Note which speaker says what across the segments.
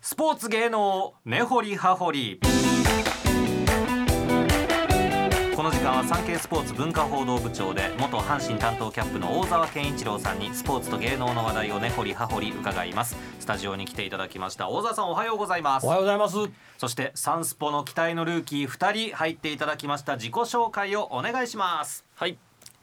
Speaker 1: スポーツ芸能根掘り葉掘りこの時間は産経スポーツ文化報道部長で元阪神担当キャップの大沢健一郎さんにスポーツと芸能の話題を根掘り葉掘り伺いますスタジオに来ていただきました大沢さんおはようございます
Speaker 2: おはようございます。
Speaker 1: そしてサンスポの期待のルーキー2人入っていただきました自己紹介をお願いします
Speaker 3: はい、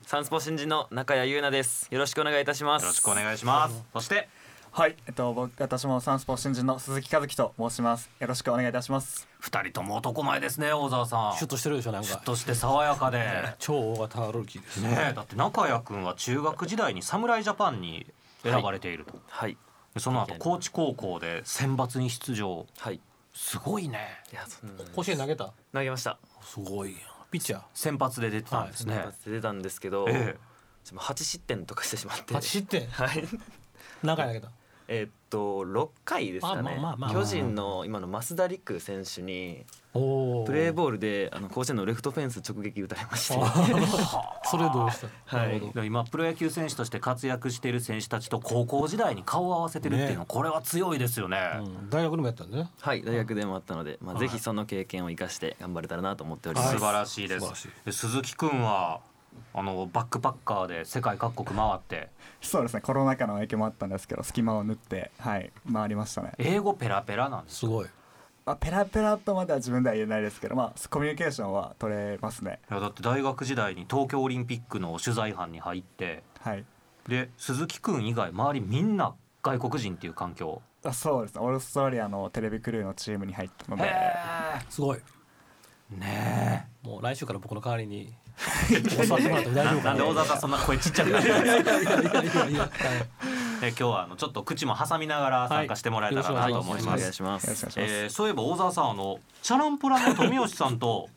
Speaker 3: サンスポ新人の中谷優奈です。よろしくお願いいたします。
Speaker 1: よろしくお願いしますそして
Speaker 4: はい、えっと、僕、私もサンスポ新人の鈴木和樹と申します。よろしくお願いいたします。
Speaker 1: 2人とも男前ですね大沢さん
Speaker 2: シュッとしてるでしょなん
Speaker 1: シュッ
Speaker 2: か。
Speaker 1: として爽やかで
Speaker 2: 超大型ルーキーですね。
Speaker 1: ねえだって中谷君は中学時代に侍ジャパンに選ばれていると、
Speaker 3: はい、
Speaker 1: でその後高知高校で選抜に出場
Speaker 3: はい、い
Speaker 1: すごいね
Speaker 3: や、そんな
Speaker 2: 甲子園投げた。
Speaker 3: 投げました。
Speaker 2: すごいやん。ピッチャー。
Speaker 1: 先発で出てたんですね、
Speaker 3: 一発で出たんですけど、
Speaker 1: ええ
Speaker 3: ちょっと8失点とかしてしまって。
Speaker 2: 八失点。
Speaker 3: はい、
Speaker 2: 何回投げた。
Speaker 3: えっと、6回ですかね
Speaker 2: まあまあまあまあ。
Speaker 3: 巨人の今の増田陸選手に。
Speaker 2: おお。
Speaker 3: プレーボールで、あの甲子園のレフトフェンス直撃打たれまして。
Speaker 2: それどうした。
Speaker 3: はい
Speaker 2: なるほど
Speaker 1: で今プロ野球選手として活躍している選手たちと高校時代に顔を合わせてるっていうの、
Speaker 2: ね
Speaker 1: これは強いですよね、
Speaker 2: うん大学でもやったんでね。
Speaker 3: はい、大学でもあったので、まあ、ぜひその経験を生かして頑張れたらなと思っております。
Speaker 1: 素晴らしいで
Speaker 2: 素晴ら
Speaker 1: す
Speaker 2: しい
Speaker 1: で鈴木君はあのバックパッカーで世界各国回って
Speaker 4: そうですね、コロナ禍の影響もあったんですけど、隙間を縫って、はい、回りましたね。
Speaker 1: 英語ペラペラなんです
Speaker 2: すごい。
Speaker 4: まあ、ペラペラとまでは自分では言えないですけど、まあ、コミュニケーションは取れますね。
Speaker 1: いやだって大学時代に東京オリンピックの取材班に入って
Speaker 4: はい。
Speaker 1: で鈴木君以外周りみんな外国人っていう環境
Speaker 4: あそうですね、オーストラリアのテレビクルーのチームに入ったので、
Speaker 2: すごい。
Speaker 1: ね
Speaker 2: もう来週から僕の代わ りに。教わってもらっても大丈夫
Speaker 1: な
Speaker 2: か
Speaker 1: ん
Speaker 2: な。
Speaker 1: で大沢さんそんな声ちっちゃくなるんです か
Speaker 2: いやいやいやいやはい
Speaker 1: え今日はあのちょっと口も挟みながら参加してもらえたらなと思い
Speaker 3: お
Speaker 1: ま
Speaker 3: 願
Speaker 1: す
Speaker 3: いしま
Speaker 4: よろし
Speaker 3: す
Speaker 4: くお願い。します。
Speaker 1: えーそういえば大沢さんあのチャランポランの富吉さんと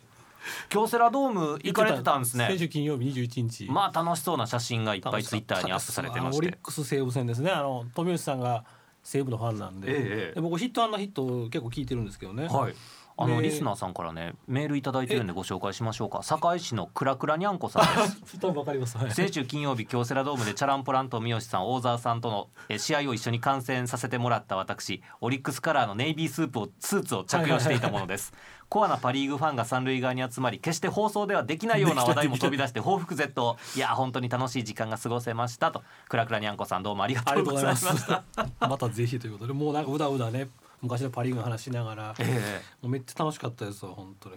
Speaker 1: 京セラドーム行かれてたんです
Speaker 2: 先
Speaker 1: ね
Speaker 2: 週金曜日二十一日。
Speaker 1: まあ楽しそうな写真がいっぱいツイッターにアップされてまし
Speaker 2: オリ
Speaker 1: て
Speaker 2: ックス西武戦ですね。あの富吉さんが西武のファンなんで。
Speaker 1: ええええ
Speaker 2: で僕ヒットアンドヒット結構聞いてるんですけどね。
Speaker 1: はいあの
Speaker 2: で
Speaker 1: リスナーさんからねメールいただいてるんでご紹介しましょうか堺市のクラクラにゃんこさんです
Speaker 2: ちょっとわかりま す。はい
Speaker 1: 先週金曜日京セラドームでチャランポランと三好さん大沢さんとのえー試合を一緒に観戦させてもらった私オリックスカラーのネイビースープをスーツを着用していたものですコアなパ・リーグファンが三塁側に集まり決して放送では できないような話題も飛び出して報復絶倒いや本当に楽しい時間が過ごせましたとクラクラにゃんこさんどうもありが
Speaker 2: あ
Speaker 1: と
Speaker 2: り
Speaker 1: う
Speaker 2: がとう
Speaker 1: ご
Speaker 2: ご
Speaker 1: ざい
Speaker 2: ざい
Speaker 1: ま
Speaker 2: ま
Speaker 1: し
Speaker 2: す
Speaker 1: た。
Speaker 2: またぜひということで、もうなんかうだうだね、昔のパリーグの話しながら、
Speaker 1: ええ
Speaker 2: もうめっちゃ楽しかったですわ、本当に。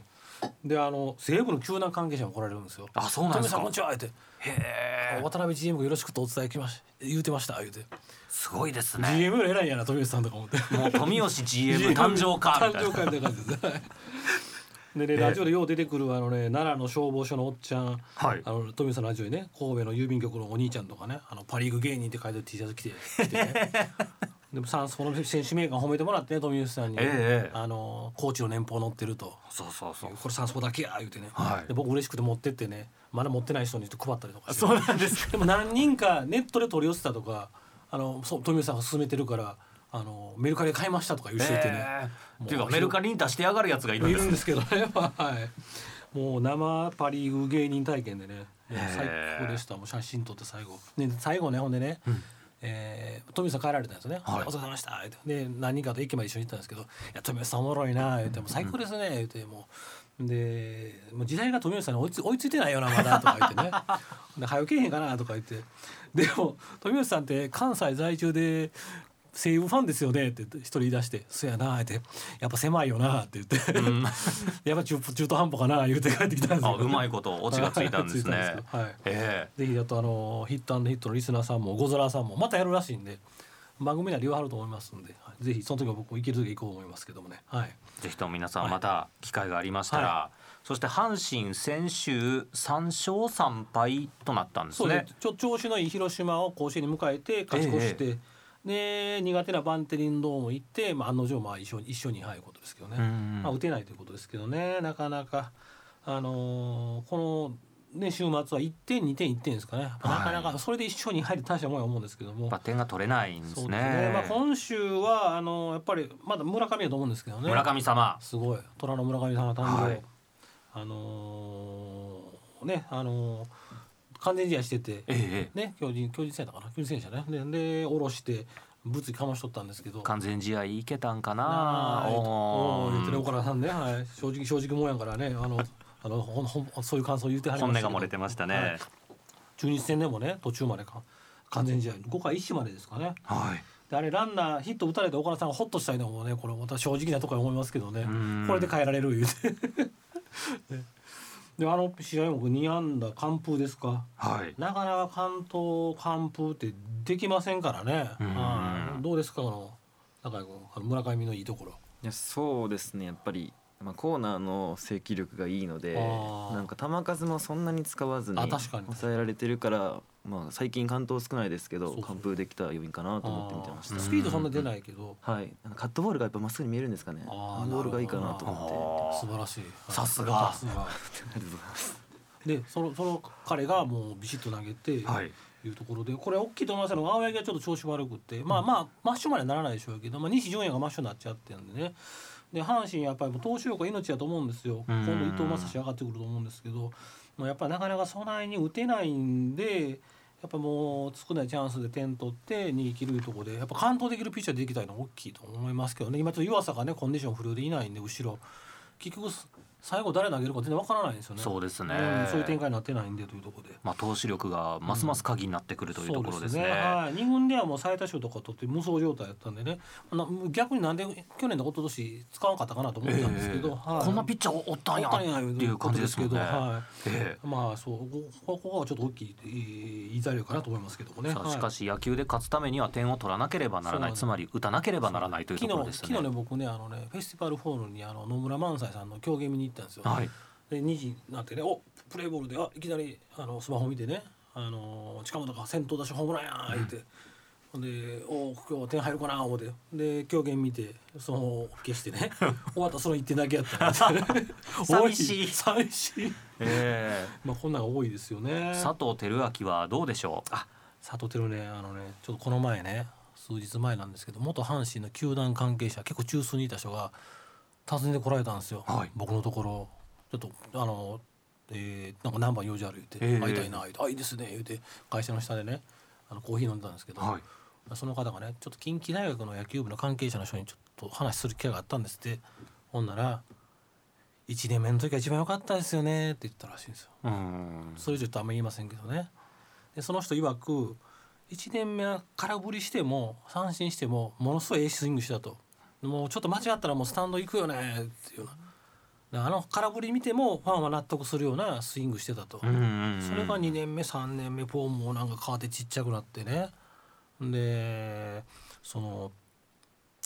Speaker 2: で、あの西武の球団関係者も来られるんですよ。
Speaker 1: あそうなんですか
Speaker 2: 富井さんこんにちはって。へえ。渡辺 GM がよろしくとお伝えきまし、言うてました言うて。
Speaker 1: すごいですね
Speaker 2: GM より偉いんやな富吉さんとか思って。
Speaker 1: もう富吉 GM 誕生かみ
Speaker 2: 誕
Speaker 1: たい
Speaker 2: 生
Speaker 1: な
Speaker 2: かみたいな感じです。はいでね、ラジオでよう出てくるあのね奈良の消防署のおっちゃん、
Speaker 1: はい
Speaker 2: あの富さんのラジオにね神戸の郵便局のお兄ちゃんとかねあのパ・リーグ芸人って書いてる T シャツ着て着 てねでもさんその選手名鑑褒めてもらってね富吉さんに、
Speaker 1: ええ
Speaker 2: あのコーチの年俸乗ってると
Speaker 1: そうそうそう
Speaker 2: これサンスポだけや言うてね、
Speaker 1: はい
Speaker 2: で僕嬉しくて持ってってねまだ持ってない人にちょっと配ったりとかしてそうなんですでも何人かネットで取り寄せたとかあのそう富吉さんが勧めてるからあのメルカリで買いましたとかいう人いてね、
Speaker 1: ええ
Speaker 2: も
Speaker 1: っていうかメルカリに出してやがるやつがいるん
Speaker 2: い
Speaker 1: で
Speaker 2: る
Speaker 1: す
Speaker 2: んですけどね、 はい。もう生パリーグ芸人体験でね、もう最高でした。もう写真撮って最後、ね最後ねほんでね、えー富吉さん帰られたんですよね。
Speaker 1: はい
Speaker 2: お疲れ様でした。言うてで何人かと駅まで一緒に行ったんですけど、いや富吉さんおもろいな言ってもう最高ですね言ってもうでもう時代が富吉さんに追いつ追いついてないよなまだとか言ってね。 で早起きへんかなとか言って、でも富吉さんって関西在住で。西武ファンですよねって一人言い出して「そやな」って「やっぱ狭いよな」って言って「 やっぱ中中途半端かな」言って帰ってきたんです
Speaker 1: あ
Speaker 2: よ
Speaker 1: うまいことオチがついたんです
Speaker 2: ついたん
Speaker 1: ね
Speaker 2: ですけど はい
Speaker 1: ええ
Speaker 2: ぜひあとあのヒットアンドヒットのリスナーさんもゴゾラーさんもまたやるらしいんで番組内で言わはると思いますんではいぜひその時は僕も行ける時は行こうと思いますけどもねはい
Speaker 1: ぜひとも皆さんまた機会がありましたら、そして阪神先週3勝3敗となったんです
Speaker 2: そう
Speaker 1: ね
Speaker 2: ね。ちょ調子のいい広島を甲子園に迎えて勝ち越して、で苦手なバンテリンドーム行って、まあ、案の定まあ一緒に一緒に入ることですけどね、
Speaker 1: うんうん
Speaker 2: まあ、打てないということですけどねなかなか、あのーこの、ね、週末は1点2点1点ですかねな
Speaker 1: はい
Speaker 2: かなかそれで一緒に入る大したもんや思うんですけども。
Speaker 1: まあ点が取れないんです
Speaker 2: そう
Speaker 1: ね。
Speaker 2: ですねまあ、今週はあのやっぱりまだ村上だと思うんですけどね
Speaker 1: 村上様、
Speaker 2: すごい虎の村上さんが誕生、
Speaker 1: はい
Speaker 2: あのーねあのー完全試合してて、
Speaker 1: ええええ
Speaker 2: ね、巨人巨人戦だかな巨人戦者ねでで下ろして物議かましとったんですけど。
Speaker 1: 完全試合いけたんか
Speaker 2: な
Speaker 1: な
Speaker 2: あお
Speaker 1: お
Speaker 2: お
Speaker 1: ー
Speaker 2: 言ってる岡田さんね、はい、正直正直もんやからねあのあのほんほんそういう感想言ってはり
Speaker 1: 本音
Speaker 2: ましたけど
Speaker 1: が漏れてました
Speaker 2: はい
Speaker 1: ね
Speaker 2: 中日戦でもね途中までか完全試合5回1までですかね
Speaker 1: はい
Speaker 2: であれランナーヒット打たれて岡田さんがホッとしたいのもねこれまた正直なところ思いますけどね
Speaker 1: うん
Speaker 2: これで変えられる言うて ねであの試合も2安打完封ですか
Speaker 1: はい
Speaker 2: なかなか関東完封ってできませんからね
Speaker 1: うん
Speaker 2: はいどうですかあの中井君あの村上のいいところ
Speaker 3: いやそうですねやっぱり、まあ、コーナーの制球力がいいので
Speaker 2: あー
Speaker 3: なんか球数もそんなに使わずに
Speaker 2: あ確かに
Speaker 3: 抑えられてるから、まあ、最近関東少ないですけ
Speaker 2: そう
Speaker 3: ど
Speaker 2: そう
Speaker 3: 完封できた要因かなと思って見てました
Speaker 2: あースピードそんな出ないけど、
Speaker 3: はいなんかカットボールがやっぱまっすぐに見えるんですかね
Speaker 2: あー
Speaker 3: あのボールがいいかなと
Speaker 2: なるほ
Speaker 3: 思
Speaker 1: お ー
Speaker 2: 素晴らしい
Speaker 1: さすが
Speaker 2: さすが
Speaker 3: ってありがとうございます
Speaker 2: でそのその彼がもうビシッと投げて、、
Speaker 1: はいいう
Speaker 2: ところでこれ大きいと思いますけど青柳がちょっと調子悪くてまあまあマッシュまではならないでしょうけど、まあ、西純也がマッシュになっちゃってるんでねで阪神やっぱりもう投手力が命だと思うんですよ
Speaker 1: うん
Speaker 2: 今度伊藤将司上がってくると思うんですけどもうやっぱりなかなか備えに打てないんで。やっぱもう少ないチャンスで点取って2きるいうところでやっぱ完投できるピッチャーでできたいのは大きいと思いますけどね今ちょっと湯浅がねコンディション不良でいないんで後ろ結局最後誰投げるか全然わからないんですよね。
Speaker 1: そうですね、
Speaker 2: うんそういう展開になってないんでというところで。
Speaker 1: まあ投手力がますます鍵になってくるというところですね,、
Speaker 2: はい、二軍ではもう最多勝とか取って無双状態やったんでね。な逆になんで去年の一昨年使わなかったかなと思ったんですけど、
Speaker 1: ええ
Speaker 2: はい、
Speaker 1: こんなピッチャーおったんや
Speaker 2: おったんや
Speaker 1: っていう感じですもんね、
Speaker 2: ということはい
Speaker 1: ええ
Speaker 2: まあそうここここはちょっと大きいえー言い材料かなと思いますけどもね。
Speaker 1: さあ
Speaker 2: はい
Speaker 1: しかし野球で勝つためには点を取らなければならない、
Speaker 2: そう
Speaker 1: つまり打たなければならないというところです
Speaker 2: 昨
Speaker 1: ね。
Speaker 2: 日昨日ね僕ねあのねフェスティバルホールにあの野村萬斎さんの狂言見に行ったんですよ。
Speaker 1: はい、
Speaker 2: で2時になってね「おプレーボールであいきなりあのスマホ見てねあの近本が先頭出しホームランや!」言って。ほんで「お今日は点入るかな?」思ってで狂言見てその消し てね終わったらその1点だけやった んで
Speaker 1: 寂しい
Speaker 2: お寂しい
Speaker 1: え
Speaker 2: まあこんなんが多いですよね
Speaker 1: え佐藤輝明はどうでしょう。あ、
Speaker 2: 佐藤輝ねあのねちょっとこの前ね数日前なんですけど元阪神の球団関係者結構中枢にいた人が訪ねてこられたんですよ、
Speaker 1: はい
Speaker 2: 僕のところちょっとあの、えーなんか何番用事ある言って、
Speaker 1: ええ
Speaker 2: 会いたいな言うてあいいですね言うて会社の下でねあのコーヒー飲んでたんですけど、
Speaker 1: はい、
Speaker 2: その方がねちょっと近畿大学の野球部の関係者の人にちょっと話する機会があったんですってほんなら「1年目の時が一番良かったですよね」って言ったらしいんですよ。
Speaker 1: うーん、
Speaker 2: それ以上ちょっとあんま言いませんけどねでその人曰く1年目は空振りしても三振してもものすごいええスイングしたともうちょっと間違ったらもうスタンド行くよねっていうようなであの空振り見てもファンは納得するようなスイングしてたと、
Speaker 1: うんうんうん
Speaker 2: それが2年目3年目フォームもなんか変わってちっちゃくなってねでその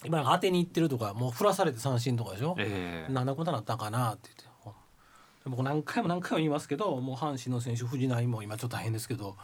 Speaker 2: 今なんか当てに行ってるとかもう振らされて三振とかでしょ
Speaker 1: ええ
Speaker 2: なんだこんななったかなって言ってでも僕何回も何回も言いますけどもう阪神の選手藤浪も今ちょっと大変ですけど、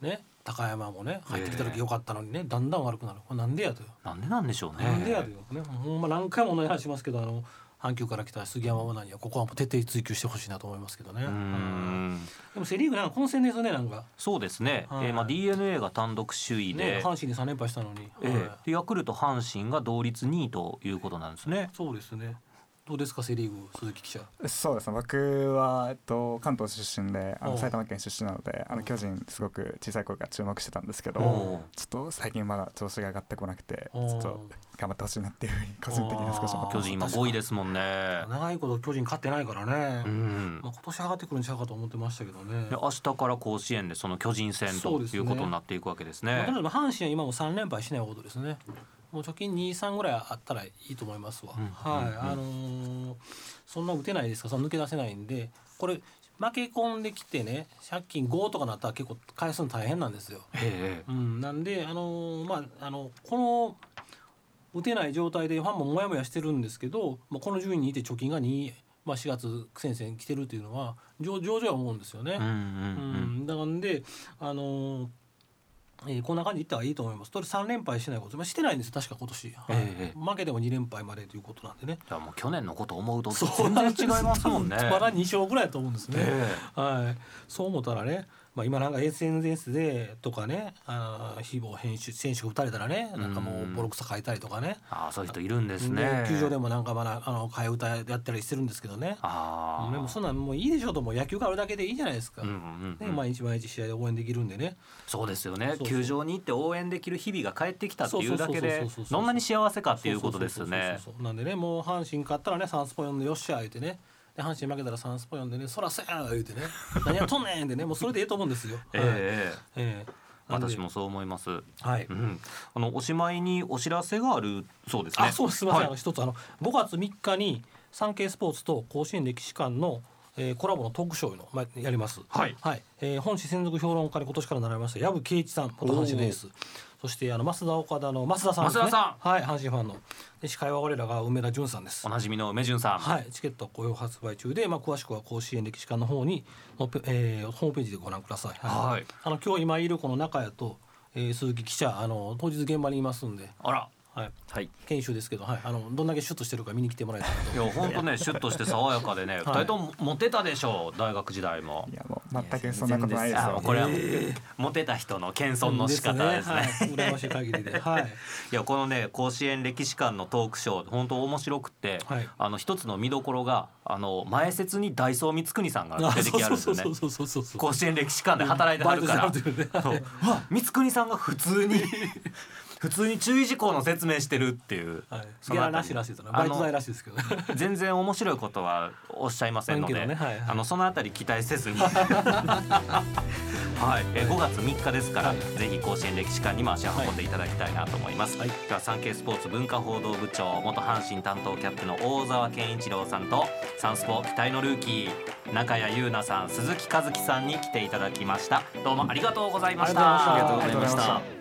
Speaker 2: ね、高山もね入ってきた時良かったのにね、だんだん悪くなるこれなんでやとよ、
Speaker 1: なんでなんでしょうね。
Speaker 2: なんでやとよ、ね、ほんま何回も同じ話しますけどあの阪急から来た杉山オナにはここはもう徹底追求してほしいなと思いますけどね、
Speaker 1: うーん、
Speaker 2: でもセ・リーグなんか混戦ですよねなんか、
Speaker 1: そうですね。
Speaker 2: はい
Speaker 1: えーまあ DNA が単独首位で、
Speaker 2: ね、阪神に3連敗したのに、
Speaker 1: え
Speaker 2: はい
Speaker 1: えでヤクルト阪神が同率2位ということなんですね。
Speaker 2: そうですねどうですかセ・リーグ鈴木記者
Speaker 4: そうですね僕は、えっと、関東出身であ
Speaker 2: お
Speaker 4: の
Speaker 2: う
Speaker 4: 埼玉県出身なのであの巨人すごく小さい頃から注目してたんですけど
Speaker 1: お
Speaker 4: ちょ
Speaker 1: お
Speaker 4: っと最近まだ調子が上がってこなくてち
Speaker 2: おう
Speaker 4: ょっと頑張ってほしいなっていうふうに個人的に少し思
Speaker 1: ー、
Speaker 4: っ
Speaker 2: あ
Speaker 4: て
Speaker 1: 巨
Speaker 4: ます
Speaker 1: 人今5位ですもんね。
Speaker 2: 長いこと巨人勝ってないからね、
Speaker 1: うん
Speaker 2: まあ、今年上がってくるんちゃうかと思ってましたけどね
Speaker 1: で明日から甲子園でその巨人戦
Speaker 2: そ
Speaker 1: と
Speaker 2: うです
Speaker 1: い
Speaker 2: ね
Speaker 1: うことになっていくわけです
Speaker 2: まあ
Speaker 1: ね
Speaker 2: と。にかく阪神は今も3連敗しないことですね。もう貯金2、3ぐらいあったらいいと思いますわ。
Speaker 1: うん
Speaker 2: はい、
Speaker 1: うん
Speaker 2: あのーそんな打てないですから、その抜け出せないんで、これ負け込んできてね、借金5とかなったら結構返すの大変なんですよ。
Speaker 1: え
Speaker 2: うん、なんで、あのーまあ、あのこの打てない状態でファンもモヤモヤしてるんですけど、まあ、この順位にいて貯金が2、まあ、4月先生に来てるというのは上上々や思うんですよね。
Speaker 1: えうんうん
Speaker 2: うん、だからんで、あのーえーこんな感じでいった方がいいと思います。それ3連敗してないこと、まあ、してないんですよ確か今年、はい
Speaker 1: ええ
Speaker 2: 負けても2連敗までということなんでね。
Speaker 1: うん。ゃもう去年のこと思うと
Speaker 2: そ
Speaker 1: 全然違いますもんね。
Speaker 2: まだ2勝ぐらいだと思うんですね。
Speaker 1: え
Speaker 2: はい、そう思ったらね、まあ、今なんか SNS でとかねあの誹謗編集選手が打たれたらねなんかもうボロクソ書いたりとかね
Speaker 1: ああそういう人いるんですね。
Speaker 2: 球場でもなんかまだあの替え歌やったりしてるんですけどね
Speaker 1: ああ。
Speaker 2: でもそんなんもういいでしょうともう野球があるだけでいいじゃないですか、
Speaker 1: うんうんうん
Speaker 2: ね、毎日毎日試合で応援できるんでね
Speaker 1: そうですよね
Speaker 2: そうそう
Speaker 1: 球場に行って応援できる日々が帰ってきたっていうだけ
Speaker 2: そ
Speaker 1: で
Speaker 2: うそうそうそうそう
Speaker 1: どんなに幸せかっていうことですよね
Speaker 2: そうそうそうそうそうなんでねもう阪神勝ったらね3スポ読んでよっしゃ言うてねで阪神負けたら3スポ読んでねそらそや言うてね何やっとんねんってねもうそれでええと思うんですよ。
Speaker 1: ええ
Speaker 2: はい
Speaker 1: ええ
Speaker 2: ええなんで
Speaker 1: 私もそう思います、う
Speaker 2: はい、
Speaker 1: ん、あのおしまいにお知らせがあるそうですね
Speaker 2: あそうすみません、あ
Speaker 1: は
Speaker 2: の
Speaker 1: い、
Speaker 2: 一つあの5月3日にサンケイスポーツと甲子園歴史館の、えーコラボのトークショーの、まあ、やります
Speaker 1: はい
Speaker 2: えー本市専属評論家に今年からなられました藪圭一さん元阪神エースそしてあの増田岡田の増田さんです、ね、
Speaker 1: 増田さ
Speaker 2: はい阪神ファンので司会は我らが梅田淳さんです
Speaker 1: おなじみの梅潤さん、
Speaker 2: はい、チケットは好評発売中で、まあ、詳しくは甲子園歴史館の方にのペ、えーホームページでご覧ください。
Speaker 1: はい
Speaker 2: あの今日今いるこの中谷と、えー鈴木記者あの当日現場にいますんで、
Speaker 1: あら
Speaker 2: はい、
Speaker 3: はい
Speaker 2: 研修ですけど、はい、あのどんだけシュッとしてるか見に来てもらえたら
Speaker 1: い
Speaker 2: と。
Speaker 1: や本当ねシュッとして爽やか でね、二人ともモテたでしょう大学時代も
Speaker 4: いやもう全くそんなことないです
Speaker 1: あも
Speaker 4: よ
Speaker 1: うこれは、モテた人の謙遜の仕方 ですね
Speaker 2: ですねはい、羨ましい限りで、はい、
Speaker 1: いやこのね甲子園歴史館のトークショー本当面白くて、
Speaker 2: はい
Speaker 1: あの一つの見どころがあの前説にダイソー光圀さんが 出てきあるんですよね
Speaker 2: そうそうそうそうそうそう。
Speaker 1: 甲子園歴史館で働いてはるから
Speaker 2: バイトしてはるというね
Speaker 1: そううわ光圀さんが普通に普通に注意事項の説明してるっていう、
Speaker 2: はい、
Speaker 1: そ
Speaker 2: ギ
Speaker 1: の
Speaker 2: ャ
Speaker 1: あ
Speaker 2: ラ
Speaker 1: たり
Speaker 2: なしらしいですね。
Speaker 1: あ
Speaker 2: バイ
Speaker 1: の
Speaker 2: ト代らしいですけど。
Speaker 1: 全然面白いことはおっしゃいませんので、
Speaker 2: だけどねはいはい
Speaker 1: あのそのあたり期待せ ずにはい、えー5月3日ですから、
Speaker 2: はい
Speaker 1: ぜひ甲子園歴史館にも足を運んでいただきたいなと思います、
Speaker 2: はい
Speaker 1: では産経スポーツ文化報道部長元阪神担当キャップの大沢健一郎さんとサンスポ期待のルーキー中谷優奈さん鈴木和樹さんに来ていただきましたどうもありがとうございました
Speaker 2: ありがとうございました
Speaker 4: ありがとうございました